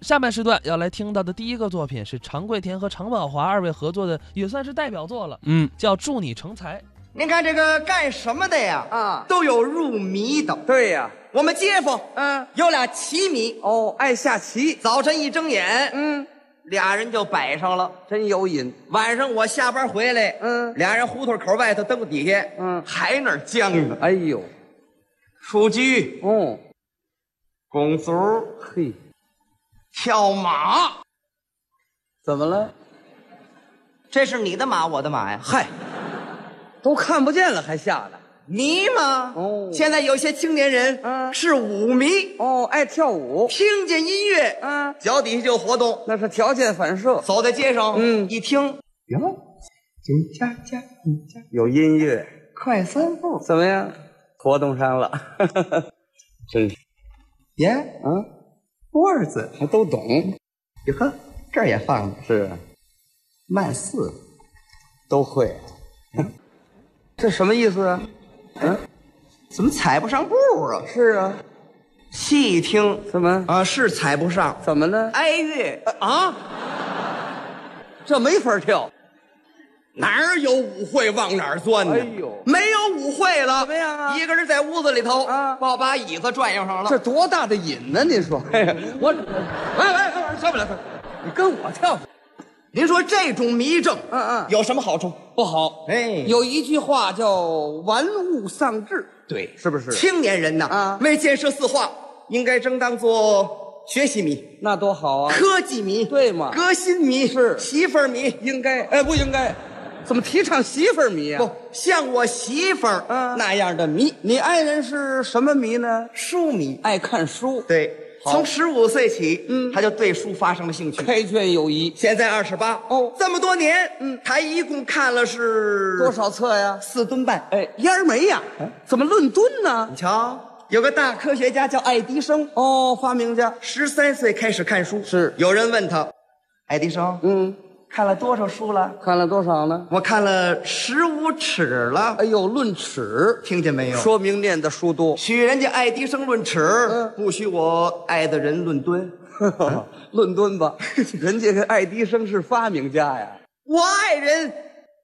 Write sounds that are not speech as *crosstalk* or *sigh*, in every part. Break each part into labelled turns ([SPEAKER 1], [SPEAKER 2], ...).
[SPEAKER 1] 下半时段要来听到的第一个作品是常贵田和常宝华二位合作的，也算是代表作了，
[SPEAKER 2] 嗯，
[SPEAKER 1] 叫《祝你成才》。
[SPEAKER 3] 您看这个干什么的呀？
[SPEAKER 4] 啊
[SPEAKER 3] 都有入迷的。
[SPEAKER 4] 对呀、
[SPEAKER 3] 我们街坊，
[SPEAKER 4] 嗯
[SPEAKER 3] 有俩棋迷，
[SPEAKER 4] 哦，爱下棋，
[SPEAKER 3] 早晨一睁眼，
[SPEAKER 4] 嗯，
[SPEAKER 3] 俩人就摆上了。
[SPEAKER 4] 真有瘾，
[SPEAKER 3] 晚上我下班回来，
[SPEAKER 4] 嗯
[SPEAKER 3] 俩人胡同口外头灯底下，
[SPEAKER 4] 嗯
[SPEAKER 3] 还那儿僵呢。
[SPEAKER 4] 哎呦，
[SPEAKER 3] 出车、
[SPEAKER 4] 哦，
[SPEAKER 3] 拱足、
[SPEAKER 4] 嘿，
[SPEAKER 3] 跳马，
[SPEAKER 4] 怎么了？
[SPEAKER 3] 这是你的马，我的马呀？嗨，
[SPEAKER 4] 都看不见了还下呢？
[SPEAKER 3] 你嘛，
[SPEAKER 4] 哦
[SPEAKER 3] 现在有些青年人，
[SPEAKER 4] 嗯
[SPEAKER 3] 是舞迷，
[SPEAKER 4] 哦，爱跳舞，
[SPEAKER 3] 听见音乐，
[SPEAKER 4] 嗯
[SPEAKER 3] 脚底下就活动，
[SPEAKER 4] 那是条件反射，
[SPEAKER 3] 走在街上，
[SPEAKER 4] 嗯
[SPEAKER 3] 一听
[SPEAKER 4] 有音乐，
[SPEAKER 3] 快三步，
[SPEAKER 4] 怎么样？活动上 *laughs* 了，真是
[SPEAKER 3] 耶、
[SPEAKER 4] 啊，
[SPEAKER 3] 波子，
[SPEAKER 4] 还都懂，
[SPEAKER 3] 哟呵，这儿也放着
[SPEAKER 4] 是
[SPEAKER 3] 慢四，
[SPEAKER 4] 都会，
[SPEAKER 3] *laughs* 这什么意思啊？
[SPEAKER 4] 嗯，
[SPEAKER 3] 怎么踩不上步啊？
[SPEAKER 4] 是啊，
[SPEAKER 3] 细听
[SPEAKER 4] 怎么
[SPEAKER 3] 啊，是踩不上，
[SPEAKER 4] 怎么了？
[SPEAKER 3] 哀乐啊， *laughs*
[SPEAKER 4] 这没法跳，
[SPEAKER 3] 哪儿有舞会往哪儿钻呢？
[SPEAKER 4] 哎呦
[SPEAKER 3] 没有舞会了，
[SPEAKER 4] 怎么样啊
[SPEAKER 3] 一个人在屋子里头
[SPEAKER 4] 啊
[SPEAKER 3] 抱把椅子转悠上了。
[SPEAKER 4] 这多大的瘾呢？您 *laughs* 说，哎呀我，
[SPEAKER 3] 哎哎哎，受不了！受不了
[SPEAKER 4] 你跟我跳，
[SPEAKER 3] 您说这种迷症，
[SPEAKER 4] 嗯嗯
[SPEAKER 3] 有什么好处？
[SPEAKER 4] 不好。
[SPEAKER 3] 哎
[SPEAKER 4] 有一句话叫“玩物丧志
[SPEAKER 3] 对，
[SPEAKER 4] 是不是
[SPEAKER 3] 青年人呐，
[SPEAKER 4] 啊
[SPEAKER 3] 为建设四化，应该争当做学习迷”，、
[SPEAKER 4] 那多好啊！
[SPEAKER 3] 科技迷，
[SPEAKER 4] 对嘛
[SPEAKER 3] 革新迷
[SPEAKER 4] 是啊
[SPEAKER 3] 媳妇儿迷，
[SPEAKER 4] 应该
[SPEAKER 3] 哎，不应该，
[SPEAKER 4] 怎么提倡媳妇儿迷啊？
[SPEAKER 3] 不，像我媳妇儿
[SPEAKER 4] 啊
[SPEAKER 3] 那样的迷，
[SPEAKER 4] 你爱人是什么迷呢？
[SPEAKER 3] 书迷。
[SPEAKER 4] 爱看书，
[SPEAKER 3] 对，
[SPEAKER 4] 好
[SPEAKER 3] 从十五岁起，
[SPEAKER 4] 嗯
[SPEAKER 3] 他就对书发生了兴趣。
[SPEAKER 4] 开卷有疑。
[SPEAKER 3] 现在二十八，
[SPEAKER 4] 哦
[SPEAKER 3] 这么多年，嗯，他一共看了是
[SPEAKER 4] 多？少册呀？
[SPEAKER 3] 四吨半。
[SPEAKER 4] 哎，烟儿没呀？怎么论吨呢
[SPEAKER 3] 你？瞧，有个大科学家叫爱迪生，
[SPEAKER 4] 哦，发明家。
[SPEAKER 3] 十三岁开始看书。
[SPEAKER 4] 是
[SPEAKER 3] 有人问他，爱迪生，
[SPEAKER 4] 嗯，
[SPEAKER 3] 看了多少书了？
[SPEAKER 4] 看了多少呢？
[SPEAKER 3] 我看了十五尺了，
[SPEAKER 4] 哎呦，论尺，
[SPEAKER 3] 听见没有？
[SPEAKER 4] 说明念的书 *laughs* 多，
[SPEAKER 3] 许人家爱迪生论尺，不许我爱的人论吨。
[SPEAKER 4] 嗯论吨 *laughs* 吧。人家个爱迪生是发明家呀。
[SPEAKER 3] 我爱人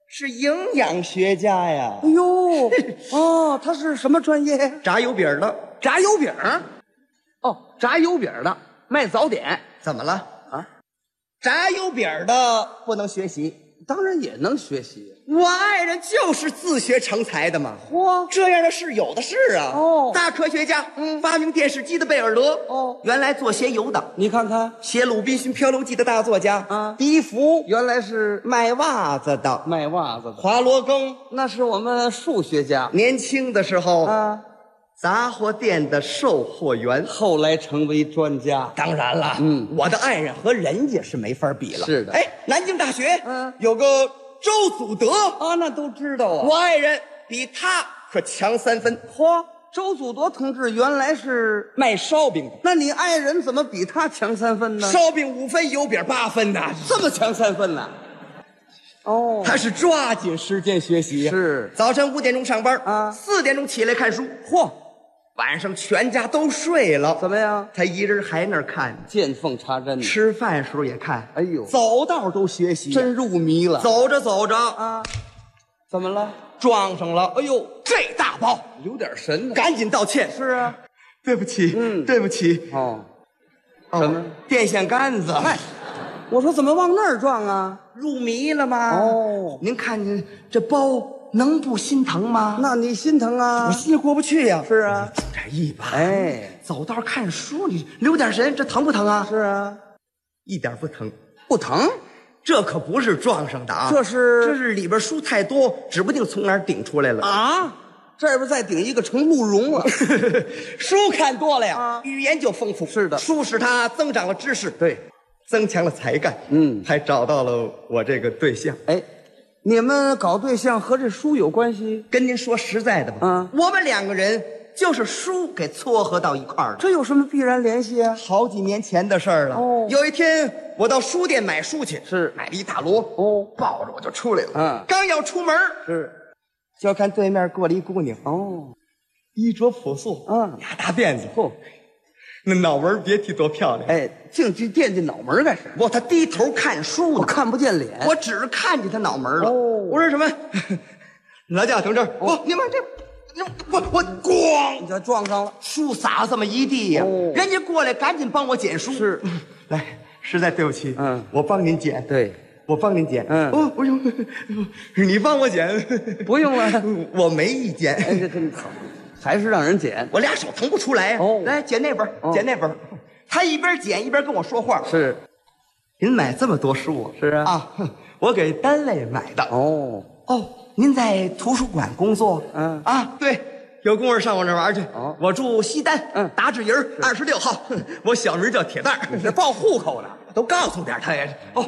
[SPEAKER 3] 是营养学家呀
[SPEAKER 4] 哎，呦， *laughs* 哦，他是什么专业呀？
[SPEAKER 3] 炸油饼了，
[SPEAKER 4] 炸油饼儿，哦，炸油饼儿的卖早点，
[SPEAKER 3] 怎么了
[SPEAKER 4] 啊？
[SPEAKER 3] 炸油饼的不能学习。
[SPEAKER 4] 当然也能学习。
[SPEAKER 3] 我爱人就是自学成才的嘛，
[SPEAKER 4] 嚯，
[SPEAKER 3] 这样的事有的是啊。
[SPEAKER 4] 哦
[SPEAKER 3] 大科学家，嗯，发明电视机的贝尔德，
[SPEAKER 4] 哦
[SPEAKER 3] 原来做鞋油的，
[SPEAKER 4] 你看看
[SPEAKER 3] 写《鲁滨逊漂流记》的大作家，
[SPEAKER 4] 啊
[SPEAKER 3] 笛福
[SPEAKER 4] 原来是
[SPEAKER 3] 卖袜子的，
[SPEAKER 4] 卖袜子的，
[SPEAKER 3] 华罗庚
[SPEAKER 4] 那是我们数学家
[SPEAKER 3] 年轻的时候，
[SPEAKER 4] 啊，
[SPEAKER 3] 杂货店的售货员。
[SPEAKER 4] 后来成为专家。
[SPEAKER 3] 当然了，
[SPEAKER 4] 嗯
[SPEAKER 3] 我的爱人和人家是没法比了。
[SPEAKER 4] 是的
[SPEAKER 3] 哎，南京大学，
[SPEAKER 4] 嗯
[SPEAKER 3] 有个周祖德，
[SPEAKER 4] 啊，那都知道啊。
[SPEAKER 3] 我爱人比他可强三分，
[SPEAKER 4] 嚯，周祖铎同志原来是，
[SPEAKER 3] 卖烧饼的，
[SPEAKER 4] 那你爱人怎么比他强三分呢？
[SPEAKER 3] 烧饼五分，油饼八分呐。
[SPEAKER 4] 这么强三分呢、哦，
[SPEAKER 3] 他是抓紧时间学习，
[SPEAKER 4] 是
[SPEAKER 3] 早晨五点钟上班，
[SPEAKER 4] 啊
[SPEAKER 3] 四点钟起来看书，
[SPEAKER 4] 嚯，
[SPEAKER 3] 晚上全家都睡了，
[SPEAKER 4] 怎么样？
[SPEAKER 3] 他一人还那儿看，
[SPEAKER 4] 见缝插针，
[SPEAKER 3] 吃饭时候也看，
[SPEAKER 4] 哎呦
[SPEAKER 3] 走道都学习，
[SPEAKER 4] 真入迷了。
[SPEAKER 3] 走着走着
[SPEAKER 4] 啊，怎么了？
[SPEAKER 3] 撞上了，哎呦，这大包，
[SPEAKER 4] 留点神呢。
[SPEAKER 3] 赶紧道歉，
[SPEAKER 4] 是啊，
[SPEAKER 3] 对不起，
[SPEAKER 4] 嗯
[SPEAKER 3] 对不起，
[SPEAKER 4] 哦，
[SPEAKER 3] 哦
[SPEAKER 4] 什么
[SPEAKER 3] 电线杆子，
[SPEAKER 4] 哎，我说怎么往那儿撞啊？
[SPEAKER 3] 入迷了吗？
[SPEAKER 4] 哦
[SPEAKER 3] 您看您这包能不心疼吗？
[SPEAKER 4] 那你心疼啊
[SPEAKER 3] 我？心里过不去呀、
[SPEAKER 4] 是啊，
[SPEAKER 3] 这一把，
[SPEAKER 4] 哎，
[SPEAKER 3] 走道看书，你留点神，这疼不疼啊？
[SPEAKER 4] 是啊，
[SPEAKER 3] 一点不疼，
[SPEAKER 4] 不疼，
[SPEAKER 3] 这可不是撞上的啊，
[SPEAKER 4] 这是
[SPEAKER 3] 这是里边书太多，指不定从哪儿顶出来了。
[SPEAKER 4] 啊，这边再顶一个成鹿茸 *laughs* 了。
[SPEAKER 3] *laughs* 书看多了呀，
[SPEAKER 4] 啊
[SPEAKER 3] 语言就丰富。
[SPEAKER 4] 是的
[SPEAKER 3] 书使他增长了知识，
[SPEAKER 4] 对，
[SPEAKER 3] 增强了才干，
[SPEAKER 4] 嗯
[SPEAKER 3] 还找到了我这个对象。
[SPEAKER 4] 哎，你们搞对象和这书有关系？
[SPEAKER 3] 跟您说实在的吧，
[SPEAKER 4] 嗯
[SPEAKER 3] 我们两个人就是书给撮合到一块儿的。
[SPEAKER 4] 这有什么必然联系啊？
[SPEAKER 3] 好几年前的事儿了。
[SPEAKER 4] 哦
[SPEAKER 3] 有一天我到书店买书去，
[SPEAKER 4] 是
[SPEAKER 3] 买了一大摞，
[SPEAKER 4] 哦
[SPEAKER 3] 抱着我就出来了。
[SPEAKER 4] 嗯
[SPEAKER 3] 刚要出门儿，
[SPEAKER 4] 是，
[SPEAKER 3] 就看对面过来一姑娘，
[SPEAKER 4] 哦，
[SPEAKER 3] 衣着朴素，
[SPEAKER 4] 嗯
[SPEAKER 3] 俩大辫子，
[SPEAKER 4] 嚯，
[SPEAKER 2] 那脑门儿别提多漂亮。
[SPEAKER 4] 哎，净去惦记脑门儿干什么？
[SPEAKER 3] 不，他低头看书
[SPEAKER 4] 我
[SPEAKER 3] 呢，
[SPEAKER 4] 看不见脸。
[SPEAKER 3] 我只看见他脑门
[SPEAKER 4] 哦
[SPEAKER 3] 了。我说什么？ *laughs* 劳驾，停这儿！不，哦你们这，你们我我咣，
[SPEAKER 4] 你瞧撞上了，
[SPEAKER 3] 书撒这么一地呀
[SPEAKER 4] 哦！
[SPEAKER 3] 人家过来赶紧帮我捡书。 *laughs*
[SPEAKER 4] 是，
[SPEAKER 2] 来，实在对不起，
[SPEAKER 4] 嗯
[SPEAKER 2] 我帮您捡，
[SPEAKER 4] 对，
[SPEAKER 2] 我帮您捡，
[SPEAKER 4] 嗯
[SPEAKER 2] 哦，
[SPEAKER 3] *laughs*
[SPEAKER 2] 不用，你帮我捡，
[SPEAKER 4] 不用了。
[SPEAKER 2] 我没意
[SPEAKER 4] *laughs* 哎，
[SPEAKER 2] 见，
[SPEAKER 4] 这真好，还是让人捡。
[SPEAKER 3] 我俩手腾不出来呀
[SPEAKER 4] 哦
[SPEAKER 3] 来捡那本儿
[SPEAKER 4] 哦，
[SPEAKER 3] 捡那本儿。他一边捡一边跟我说话。
[SPEAKER 4] 是
[SPEAKER 3] 您买这么多书啊？
[SPEAKER 4] 是啊
[SPEAKER 3] 啊， *laughs* 哼我给单位买的。
[SPEAKER 4] 哦，
[SPEAKER 3] 哦，您在图书馆工作？
[SPEAKER 4] 嗯
[SPEAKER 3] 啊，对，有功夫上我那玩去。
[SPEAKER 4] 哦
[SPEAKER 3] 我住西单，
[SPEAKER 4] 嗯
[SPEAKER 3] 达志营二十六号， *laughs* 我小名叫铁蛋儿，
[SPEAKER 4] 这报户口呢。
[SPEAKER 3] *laughs* 都告诉点儿他也是。哦，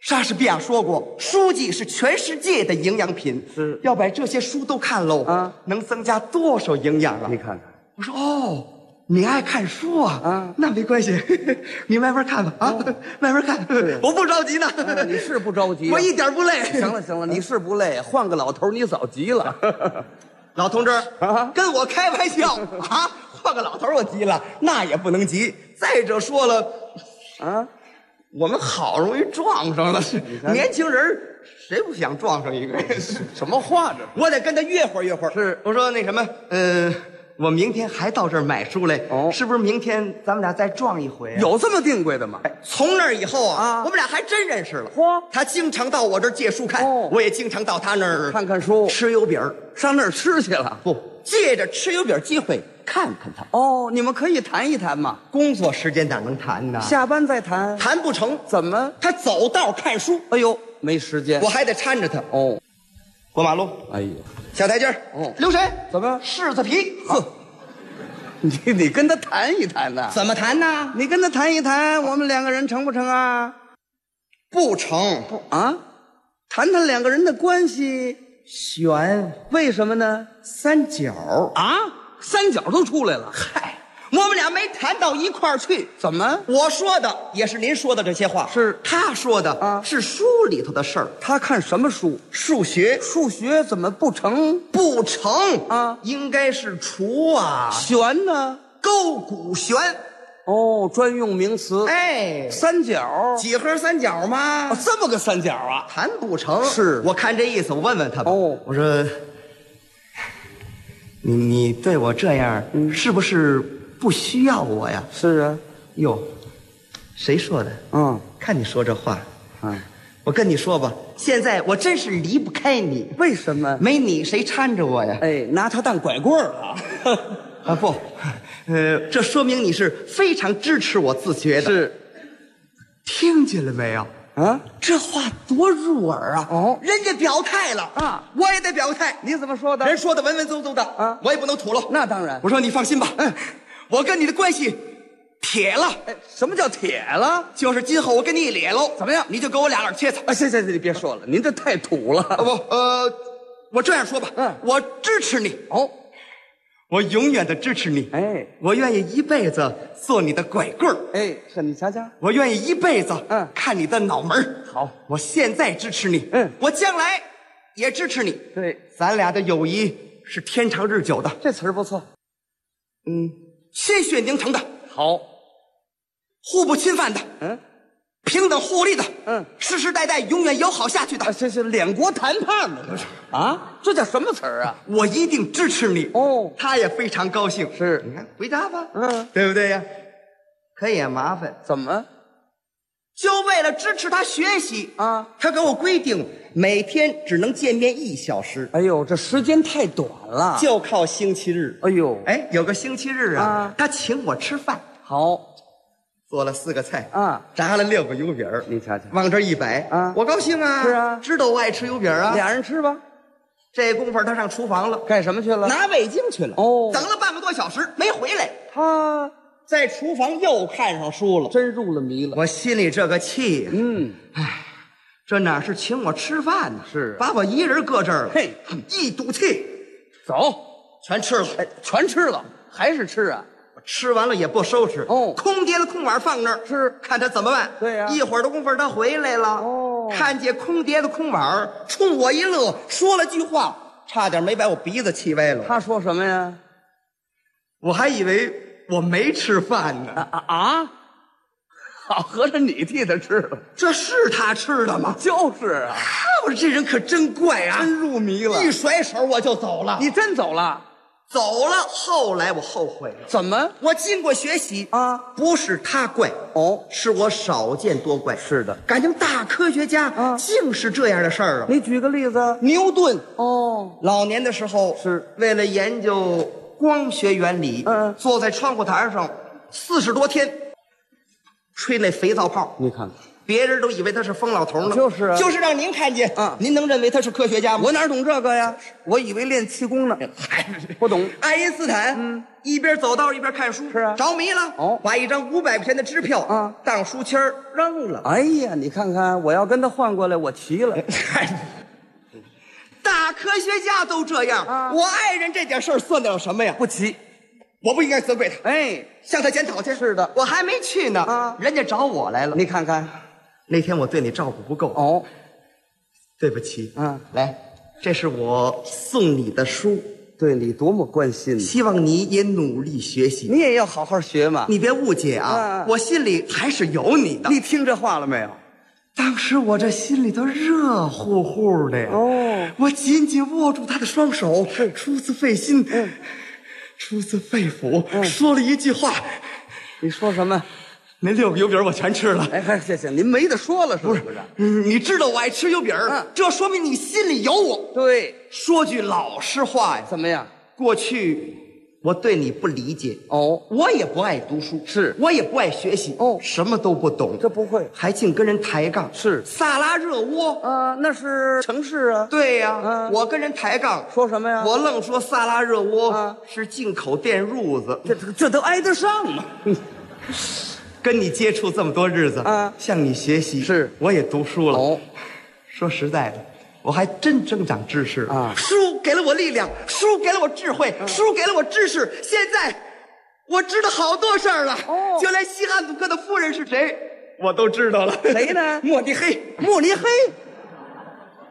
[SPEAKER 3] 莎士比亚说过，书籍是全世界的营养品，
[SPEAKER 4] 是
[SPEAKER 3] 要把这些书都看喽，
[SPEAKER 4] 啊
[SPEAKER 3] 能增加多少营养啊
[SPEAKER 4] 你？看看，
[SPEAKER 3] 我说哦。你爱看书啊？
[SPEAKER 4] 啊
[SPEAKER 3] 那没关系， *laughs* 你慢慢看吧啊，慢慢看，我不着急呢。
[SPEAKER 4] 哎哦你是不着急啊？
[SPEAKER 3] 我一点不累。
[SPEAKER 4] 行了行了，你是不累，换个老头儿你早急 *laughs* 了。
[SPEAKER 3] 老同志，
[SPEAKER 4] 啊
[SPEAKER 3] 跟我开玩
[SPEAKER 4] *laughs*
[SPEAKER 3] 笑啊！换个老头儿我急了，那也不能急。再者说了，
[SPEAKER 4] 啊，
[SPEAKER 3] 我们好容易撞上了，是
[SPEAKER 4] 看
[SPEAKER 3] 年轻人儿谁不想撞上一个？
[SPEAKER 4] *laughs* 什么话这？
[SPEAKER 3] 我得跟他约会儿约会儿。
[SPEAKER 4] 是
[SPEAKER 3] 我说那什么，嗯、我明天还到这儿买书来，
[SPEAKER 4] 哦
[SPEAKER 3] 是不是明天咱们俩再撞一回、啊？
[SPEAKER 4] 有这么定规的吗？
[SPEAKER 3] 从那儿以后啊，
[SPEAKER 4] 啊
[SPEAKER 3] 我们俩还真认识了。
[SPEAKER 4] 嚯
[SPEAKER 3] 他经常到我这儿借书看，
[SPEAKER 4] 哦
[SPEAKER 3] 我也经常到他那儿
[SPEAKER 4] 看看书，
[SPEAKER 3] 吃油饼儿
[SPEAKER 4] 上那儿吃去了。
[SPEAKER 3] 不，借着吃油饼儿机会看看他。
[SPEAKER 4] 哦，你们可以谈一谈嘛，
[SPEAKER 3] 工作时间哪能谈呢？
[SPEAKER 4] 下班再谈。
[SPEAKER 3] 谈不成，
[SPEAKER 4] 怎么？
[SPEAKER 3] 他走道看书，
[SPEAKER 4] 哎呦，没时间
[SPEAKER 3] 我。还得搀着他
[SPEAKER 4] 哦，
[SPEAKER 3] 过马路，
[SPEAKER 4] 哎呦，
[SPEAKER 3] 下台阶儿
[SPEAKER 4] 哦
[SPEAKER 3] 留神，
[SPEAKER 4] 怎
[SPEAKER 3] 嗯
[SPEAKER 4] 么
[SPEAKER 3] 柿子皮？呵，
[SPEAKER 4] 你你跟他谈一谈呐、
[SPEAKER 3] 怎么谈呢？
[SPEAKER 4] 你跟他谈一谈，我们两个人成不成啊？
[SPEAKER 3] 不成，
[SPEAKER 4] 啊，谈谈两个人的关系，
[SPEAKER 3] 悬
[SPEAKER 4] 为什么呢？
[SPEAKER 3] 三角。
[SPEAKER 4] 啊，三角都出来了，
[SPEAKER 3] 嗨，我们俩没谈到一块儿去。
[SPEAKER 4] 怎么？
[SPEAKER 3] 我说的也是您说的这些话，
[SPEAKER 4] 是
[SPEAKER 3] 他说的
[SPEAKER 4] 啊
[SPEAKER 3] 是书里头的事儿，
[SPEAKER 4] 他看什么书？
[SPEAKER 3] 数学
[SPEAKER 4] 数学怎么不成？
[SPEAKER 3] 不成
[SPEAKER 4] 啊
[SPEAKER 3] 应该是除啊，
[SPEAKER 4] 玄呢？
[SPEAKER 3] 勾股悬，
[SPEAKER 4] 哦，专用名词。，
[SPEAKER 3] 哎，
[SPEAKER 4] 三角，
[SPEAKER 3] 几何三角吗
[SPEAKER 4] 哦，？这么个三角啊？
[SPEAKER 3] 谈不成。
[SPEAKER 4] 是
[SPEAKER 3] 我看这意思，我问问他吧。
[SPEAKER 4] 哦
[SPEAKER 3] 我说，你你对我这样，
[SPEAKER 4] 嗯
[SPEAKER 3] 是不是不需要我呀？
[SPEAKER 4] 是啊，
[SPEAKER 3] 哟，谁说的？
[SPEAKER 4] 嗯
[SPEAKER 3] 看你说这话，
[SPEAKER 4] 嗯，
[SPEAKER 3] 我跟你说吧，现在我真是离不开你，
[SPEAKER 4] 为什么？
[SPEAKER 3] 没你谁搀着我呀？
[SPEAKER 4] 哎，拿他当拐棍儿啊？ *laughs*
[SPEAKER 3] 啊不，呃，这说明你是非常支持我自学的。，听见了没有？
[SPEAKER 4] 啊，
[SPEAKER 3] 这话多入耳啊！
[SPEAKER 4] 哦
[SPEAKER 3] 人家表态了
[SPEAKER 4] 啊，
[SPEAKER 3] 我也得表态。
[SPEAKER 4] 你怎么说的？
[SPEAKER 3] 人说的文文绉绉的
[SPEAKER 4] 啊
[SPEAKER 3] 我也不能吐露。
[SPEAKER 4] 那当然
[SPEAKER 3] 我说你放心吧，我跟你的关系铁了，
[SPEAKER 4] 哎，什么叫铁了？
[SPEAKER 3] 就是今后我跟你咧喽，
[SPEAKER 4] 怎么样
[SPEAKER 3] 你就给我俩耳缺子。
[SPEAKER 4] 啊，行行行，你别说了，您这太土
[SPEAKER 3] 啊
[SPEAKER 4] 了。
[SPEAKER 3] 不，呃，我这样说吧，
[SPEAKER 4] 嗯
[SPEAKER 3] 我支持你，
[SPEAKER 4] 哦，
[SPEAKER 3] 我永远的支持你，
[SPEAKER 4] 哎
[SPEAKER 3] 我愿意一辈子做你的拐棍儿，
[SPEAKER 4] 哎，是你瞧瞧，
[SPEAKER 3] 我愿意一辈子
[SPEAKER 4] 嗯
[SPEAKER 3] 看你的脑门儿
[SPEAKER 4] 好，
[SPEAKER 3] 我现在支持你，
[SPEAKER 4] 嗯
[SPEAKER 3] 我将来也支持你，
[SPEAKER 4] 对，
[SPEAKER 3] 咱俩的友谊是天长日久的，
[SPEAKER 4] 这词儿不错。
[SPEAKER 3] 嗯，鲜血凝成的，
[SPEAKER 4] 好，
[SPEAKER 3] 互不侵犯的，
[SPEAKER 4] 嗯
[SPEAKER 3] 平等互利的，
[SPEAKER 4] 嗯，
[SPEAKER 3] 世世代代永远友好下去
[SPEAKER 4] 啊，
[SPEAKER 3] 的，
[SPEAKER 4] 这是两国谈判呢，这是啊，这叫什么词儿啊？
[SPEAKER 3] 我一定支持你。
[SPEAKER 4] 哦
[SPEAKER 3] 他也非常高兴。
[SPEAKER 4] 是
[SPEAKER 3] 你看回答吧，
[SPEAKER 4] 嗯
[SPEAKER 3] 对不对呀？可也麻烦，
[SPEAKER 4] 怎么？
[SPEAKER 3] 就为了支持他学习
[SPEAKER 4] 啊，
[SPEAKER 3] 他给我规定每天只能见面一小时，
[SPEAKER 4] 哎呦，这时间太短了。
[SPEAKER 3] 就靠星期日。
[SPEAKER 4] 哎呦，
[SPEAKER 3] 哎，有个星期日啊
[SPEAKER 4] 啊，
[SPEAKER 3] 他请我吃饭，
[SPEAKER 4] 好，
[SPEAKER 3] 做了四个菜
[SPEAKER 4] 啊，
[SPEAKER 3] 炸了六个油饼儿
[SPEAKER 4] 你瞧瞧
[SPEAKER 3] 往这儿一摆
[SPEAKER 4] 啊
[SPEAKER 3] 我高兴啊，
[SPEAKER 4] 是啊
[SPEAKER 3] 知道我爱吃油饼儿啊，
[SPEAKER 4] 俩人吃吧。
[SPEAKER 3] 这功夫他上厨房了，
[SPEAKER 4] 干什么去了？
[SPEAKER 3] 拿味精去了。
[SPEAKER 4] 哦
[SPEAKER 3] 等了半个多小时没回来，
[SPEAKER 4] 他
[SPEAKER 3] 在厨房又看上书了。
[SPEAKER 4] 真入了迷了。
[SPEAKER 3] 我心里这个气呀，
[SPEAKER 4] 嗯，
[SPEAKER 3] 这哪是请我吃饭呢？
[SPEAKER 4] 是啊
[SPEAKER 3] 把我一人搁这儿了。
[SPEAKER 4] 嘿，
[SPEAKER 3] 一赌气
[SPEAKER 4] 走，
[SPEAKER 3] 全吃了。
[SPEAKER 4] 哎，全吃了，还是吃啊？
[SPEAKER 3] 我吃完了也不收拾，
[SPEAKER 4] 哦
[SPEAKER 3] 空碟子空碗放那儿，
[SPEAKER 4] 是
[SPEAKER 3] 看他怎么办。
[SPEAKER 4] 对呀
[SPEAKER 3] 一会儿的功夫他回来了，
[SPEAKER 4] 哦
[SPEAKER 3] 看见空碟子空碗儿，冲我一乐，说了句话，差点没把我鼻子气歪了。
[SPEAKER 4] 他说什么呀？
[SPEAKER 3] 我还以为我没吃饭呢，
[SPEAKER 4] 啊啊！好，合着你替他吃了，
[SPEAKER 3] 这是他吃的吗？
[SPEAKER 4] 就是啊，
[SPEAKER 3] 啊，我说这人可真怪啊，
[SPEAKER 4] 真入迷了。
[SPEAKER 3] 一甩手我就走了。
[SPEAKER 4] 你真走了？
[SPEAKER 3] 走了，后来我后悔了。
[SPEAKER 4] 怎么？
[SPEAKER 3] 我经过学习
[SPEAKER 4] 啊
[SPEAKER 3] 不是他怪，
[SPEAKER 4] 哦，
[SPEAKER 3] 是我少见多怪。
[SPEAKER 4] 是的，
[SPEAKER 3] 感情大科学家
[SPEAKER 4] 啊
[SPEAKER 3] 竟是这样的事儿啊！
[SPEAKER 4] 你举个例子。
[SPEAKER 3] 牛顿
[SPEAKER 4] 哦，
[SPEAKER 3] 老年的时候
[SPEAKER 4] 是
[SPEAKER 3] 为了研究光学原理，
[SPEAKER 4] 嗯嗯
[SPEAKER 3] 坐在窗户台上四十多天，吹那肥皂泡，
[SPEAKER 4] 你看看，
[SPEAKER 3] 别人都以为他是疯老头呢。
[SPEAKER 4] 就是啊
[SPEAKER 3] 就是让您看见
[SPEAKER 4] 啊
[SPEAKER 3] 您能认为他是科学家吗？
[SPEAKER 4] 我哪
[SPEAKER 3] *laughs*
[SPEAKER 4] 懂这个呀？我以为练气功呢，不懂。
[SPEAKER 3] 爱因斯坦，一边走道一边看书，
[SPEAKER 4] 嗯是啊
[SPEAKER 3] 着迷了，
[SPEAKER 4] 哦
[SPEAKER 3] 把一张五百块钱的支票
[SPEAKER 4] 啊
[SPEAKER 3] 当书签
[SPEAKER 4] *laughs*
[SPEAKER 3] 儿扔了。
[SPEAKER 4] 哎呀，你看看，我要跟他换过来，我齐了。
[SPEAKER 3] 大科学家都这样，
[SPEAKER 4] 啊
[SPEAKER 3] 我爱人这点事儿算得了什么呀？
[SPEAKER 4] 不齐。
[SPEAKER 3] 我不应该责备他，
[SPEAKER 4] 哎，
[SPEAKER 3] 向他检讨去。
[SPEAKER 4] 是的
[SPEAKER 3] 我还没去呢，
[SPEAKER 4] 啊
[SPEAKER 3] 人家找我来了。
[SPEAKER 4] 你看看，
[SPEAKER 3] 那天我对你照顾不够，
[SPEAKER 4] 哦，
[SPEAKER 3] 对不起。
[SPEAKER 4] 嗯，
[SPEAKER 3] 来，这是我送你的书，
[SPEAKER 4] 对你多么关心，
[SPEAKER 3] 希望你也努力学习。
[SPEAKER 4] 你也要好好学嘛。
[SPEAKER 3] 你别误解啊，
[SPEAKER 4] 嗯
[SPEAKER 3] 我心里还是有你的。
[SPEAKER 4] 你听这话了没有？
[SPEAKER 3] 当时我这心里头热乎乎的呀，
[SPEAKER 4] 哦
[SPEAKER 3] 我紧紧握住他的双手，出自肺心，
[SPEAKER 4] 嗯
[SPEAKER 3] 出自肺腑，说了一句话，
[SPEAKER 4] 你说什么？
[SPEAKER 3] 那六个油饼我全吃了。
[SPEAKER 4] 哎，嗨，谢谢，您没得说了，是不是？
[SPEAKER 3] 你你知道我爱吃油饼儿
[SPEAKER 4] 嗯
[SPEAKER 3] 这说明你心里有我。
[SPEAKER 4] 对，
[SPEAKER 3] 说句老实话呀，
[SPEAKER 4] 怎么样？
[SPEAKER 3] 过去我对你不理解，
[SPEAKER 4] 哦，
[SPEAKER 3] 我也不爱读书，
[SPEAKER 4] 是
[SPEAKER 3] 我也不爱学习，
[SPEAKER 4] 哦
[SPEAKER 3] 什么都不懂，
[SPEAKER 4] 这不会
[SPEAKER 3] 还净跟人抬杠，
[SPEAKER 4] 是
[SPEAKER 3] 萨拉热窝。
[SPEAKER 4] 啊、那是城市啊。
[SPEAKER 3] 对呀、
[SPEAKER 4] 嗯
[SPEAKER 3] 我跟人抬杠，
[SPEAKER 4] 说什么呀？
[SPEAKER 3] 我愣说萨拉热窝
[SPEAKER 4] 啊
[SPEAKER 3] 是进口电褥子。
[SPEAKER 4] 这这这都挨得上吗？
[SPEAKER 3] 跟你接触这么多日子，
[SPEAKER 4] 啊
[SPEAKER 3] 向你学习，
[SPEAKER 4] 是
[SPEAKER 3] 我也读书了。
[SPEAKER 4] 哦，
[SPEAKER 3] 说实在的，我还真增长知识了
[SPEAKER 4] 啊
[SPEAKER 3] 书给了我力量，书给了我智慧，书给了我知识。现在我知道好多事儿了，
[SPEAKER 4] 哦
[SPEAKER 3] 就连西汉姆克的夫人是谁，我都知道了。
[SPEAKER 4] 谁呢
[SPEAKER 3] 莫尼黑。
[SPEAKER 4] 慕尼黑。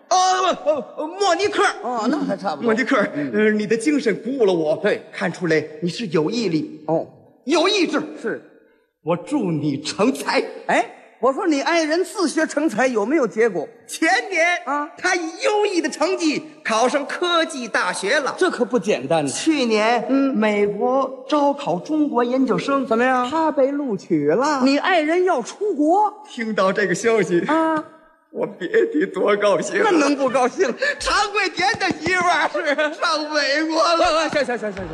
[SPEAKER 3] 哦，不呃莫尼克。
[SPEAKER 4] 哦，那还差不多。嗯
[SPEAKER 3] 莫尼克，呃，你的精神鼓舞了我。
[SPEAKER 4] 对
[SPEAKER 3] 看出来你是有毅力、
[SPEAKER 4] 哦，
[SPEAKER 3] 有意志。
[SPEAKER 4] 是。
[SPEAKER 3] 我祝你成才。
[SPEAKER 4] 哎，我说你爱人自学成才有没有结果？
[SPEAKER 3] 前年
[SPEAKER 4] 啊
[SPEAKER 3] 他以优异的成绩考上科技大学了。
[SPEAKER 4] 这可不简单呢。
[SPEAKER 3] 去年，嗯，美国招考中国研究生，
[SPEAKER 4] 怎么样
[SPEAKER 3] 他被录取了。
[SPEAKER 4] 你爱人要出国
[SPEAKER 3] 听到这个消息，
[SPEAKER 4] 啊，
[SPEAKER 3] 我别提多高兴
[SPEAKER 4] 那
[SPEAKER 3] 了。
[SPEAKER 4] 能不高兴？
[SPEAKER 3] 常贵田的媳妇儿是上美国
[SPEAKER 4] *laughs*
[SPEAKER 3] 了，
[SPEAKER 4] 啊，行行行行行行，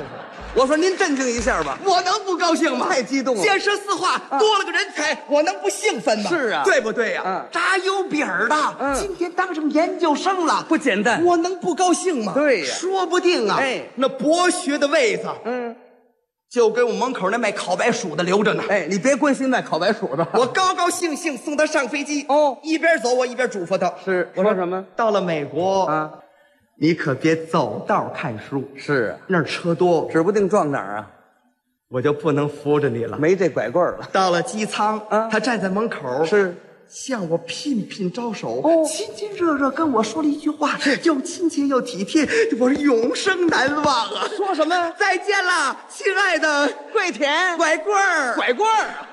[SPEAKER 4] 我说您镇静一下吧。
[SPEAKER 3] 我能不高兴吗？
[SPEAKER 4] 太激动了啊
[SPEAKER 3] 见识四化，多了个人才，我能不兴奋吗？
[SPEAKER 4] 是啊
[SPEAKER 3] 对不对呀
[SPEAKER 4] 嗯？
[SPEAKER 3] 炸油饼儿的，
[SPEAKER 4] 嗯
[SPEAKER 3] 今天当上研究生了，
[SPEAKER 4] 不简单
[SPEAKER 3] 我能不高兴吗？
[SPEAKER 4] 对呀
[SPEAKER 3] 说不定啊
[SPEAKER 4] 哎，
[SPEAKER 3] 那博学的位子
[SPEAKER 4] 嗯，
[SPEAKER 3] 就给我门口那卖烤白薯的留着呢。
[SPEAKER 4] 哎，你别关心卖烤白薯的，
[SPEAKER 3] 我高高兴兴送他上飞机。
[SPEAKER 4] 哦
[SPEAKER 3] 一边走我一边嘱咐他：
[SPEAKER 4] 是
[SPEAKER 3] 我
[SPEAKER 4] 说什么
[SPEAKER 3] 到了美国，
[SPEAKER 4] 啊，
[SPEAKER 3] 你可别走道看书，
[SPEAKER 4] 是啊，
[SPEAKER 3] 那儿车多，
[SPEAKER 4] 指不定撞哪儿啊，
[SPEAKER 3] 我就不能扶着你了。
[SPEAKER 4] 没这拐棍儿了。
[SPEAKER 3] 到了机舱，
[SPEAKER 4] 啊
[SPEAKER 3] 他站在门口，
[SPEAKER 4] 是
[SPEAKER 3] 向我频频招手，
[SPEAKER 4] 哦
[SPEAKER 3] 亲亲热热跟我说了一句话，又亲切又体贴，我是永生难忘啊！
[SPEAKER 4] 说什么
[SPEAKER 3] 再见啦，亲爱的
[SPEAKER 4] 跪舔
[SPEAKER 3] 拐棍儿，
[SPEAKER 4] 拐棍儿？